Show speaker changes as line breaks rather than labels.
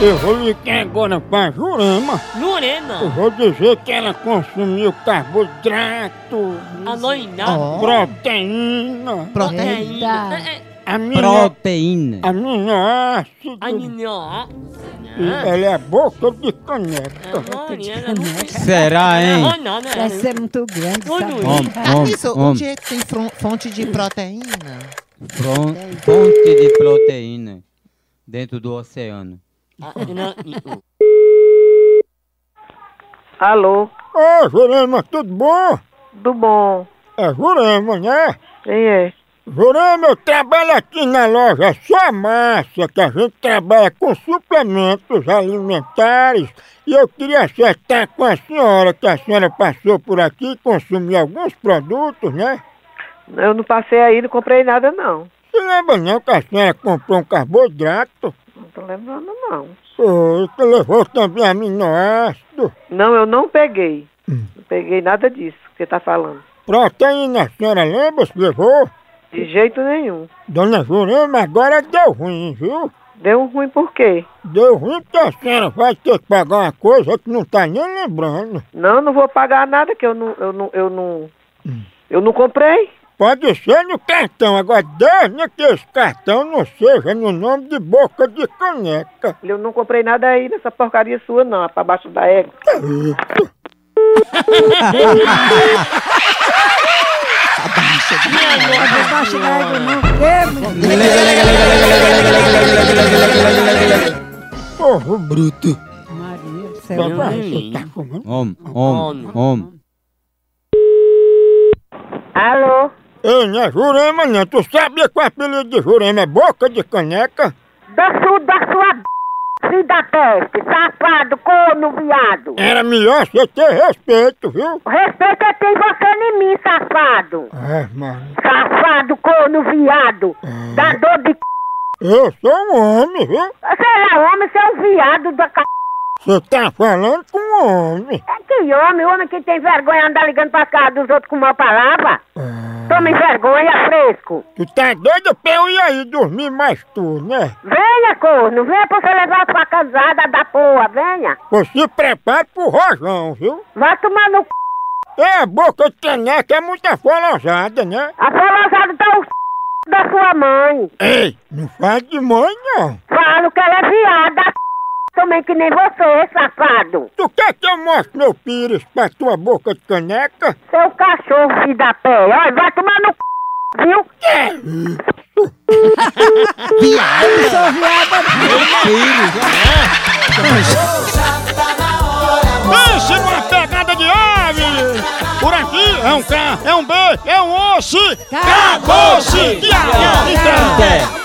Eu vou ligar agora pra Jurema. Eu
Lorena,
vou dizer que ela consumiu carboidrato,
aloiná,
Ó.
proteína,
Proteína.
é,
amino,
Proteína.
aminoácido.
anilhó,
E ela é a boca de caneca.
Lorena, não sei.
Será, Ah, hein?
Não, não,
Deve ser é muito grande.
Olha
sabe?
aí.
Homem, homem,
Isso, onde
homem.
é que tem fron- fonte de proteína?
Fron- Fonte de proteína dentro do oceano.
Ah, não.
Alô,
Ô, Jurema, tudo bom?
do bom.
É Jurema, né?
Quem é?
Jurema, eu trabalho aqui na loja Só Massa, que a gente trabalha com suplementos alimentares. E eu queria acertar com a senhora, que a senhora passou por aqui e consumiu alguns produtos, né?
Eu não passei aí, não comprei nada não.
Se lembra não que a senhora comprou um carboidrato?
Não tô lembrando não.
Foi, que levou também aminoácido.
Não, eu não peguei. Não peguei nada disso que você tá falando.
Proteína, a senhora lembra se levou?
De jeito nenhum.
Dona Jurema, agora deu ruim, viu?
Deu um ruim por quê?
Deu ruim porque a senhora vai ter que pagar uma coisa que não tá nem lembrando.
Não, não vou pagar nada que eu não, eu não, eu não, eu não comprei.
Pode ser no cartão, agora desde que esse cartão não seja no nome de boca de caneca.
Eu não comprei nada aí nessa porcaria sua não, É pra baixo da égua.
Abaixo da água não quebra.
Porro bruto.
Maria, do céu.
Papai,
Hum.
você tá comendo?
Homem, homem,
Homem.
homem.
Alô?
Ei, não é Jurema não. Tu sabia que o apelido de Jurema é boca de caneca?
Da sua, da sua b... da peste, safado, corno, viado.
Era melhor você ter respeito, viu?
Respeita tem você em mim, safado.
Ah, mano.
Safado, corno, viado. Da dor de c...
Eu sou um homem, viu?
Sei lá, homem, você é um viado da c...
Você tá falando com um homem.
É que homem, homem que tem vergonha andar ligando pra casa dos outros com uma palavra.
É.
Tome vergonha, fresco.
Tu tá doido pra eu ir aí dormir mais tu, né?
Venha, corno, venha pra você levar sua casada da porra, venha.
Pô, se prepare pro rojão, viu?
Vai tomar no c...
É, boca de caneca é muita folosada, né?
A falazada tá o c... da sua mãe.
Ei, não faz de mãe não.
Falo que ela é viada, c... também que nem você, safado.
Tu quer que eu mostre meu pires pra tua boca de caneca?
Seu cachorro, filho da pé. Olha, vai tomar no c... viu?
Pense numa pegada de ave! Por aqui é um K, é um B, é um osso! Acabou-se! Acabou-se!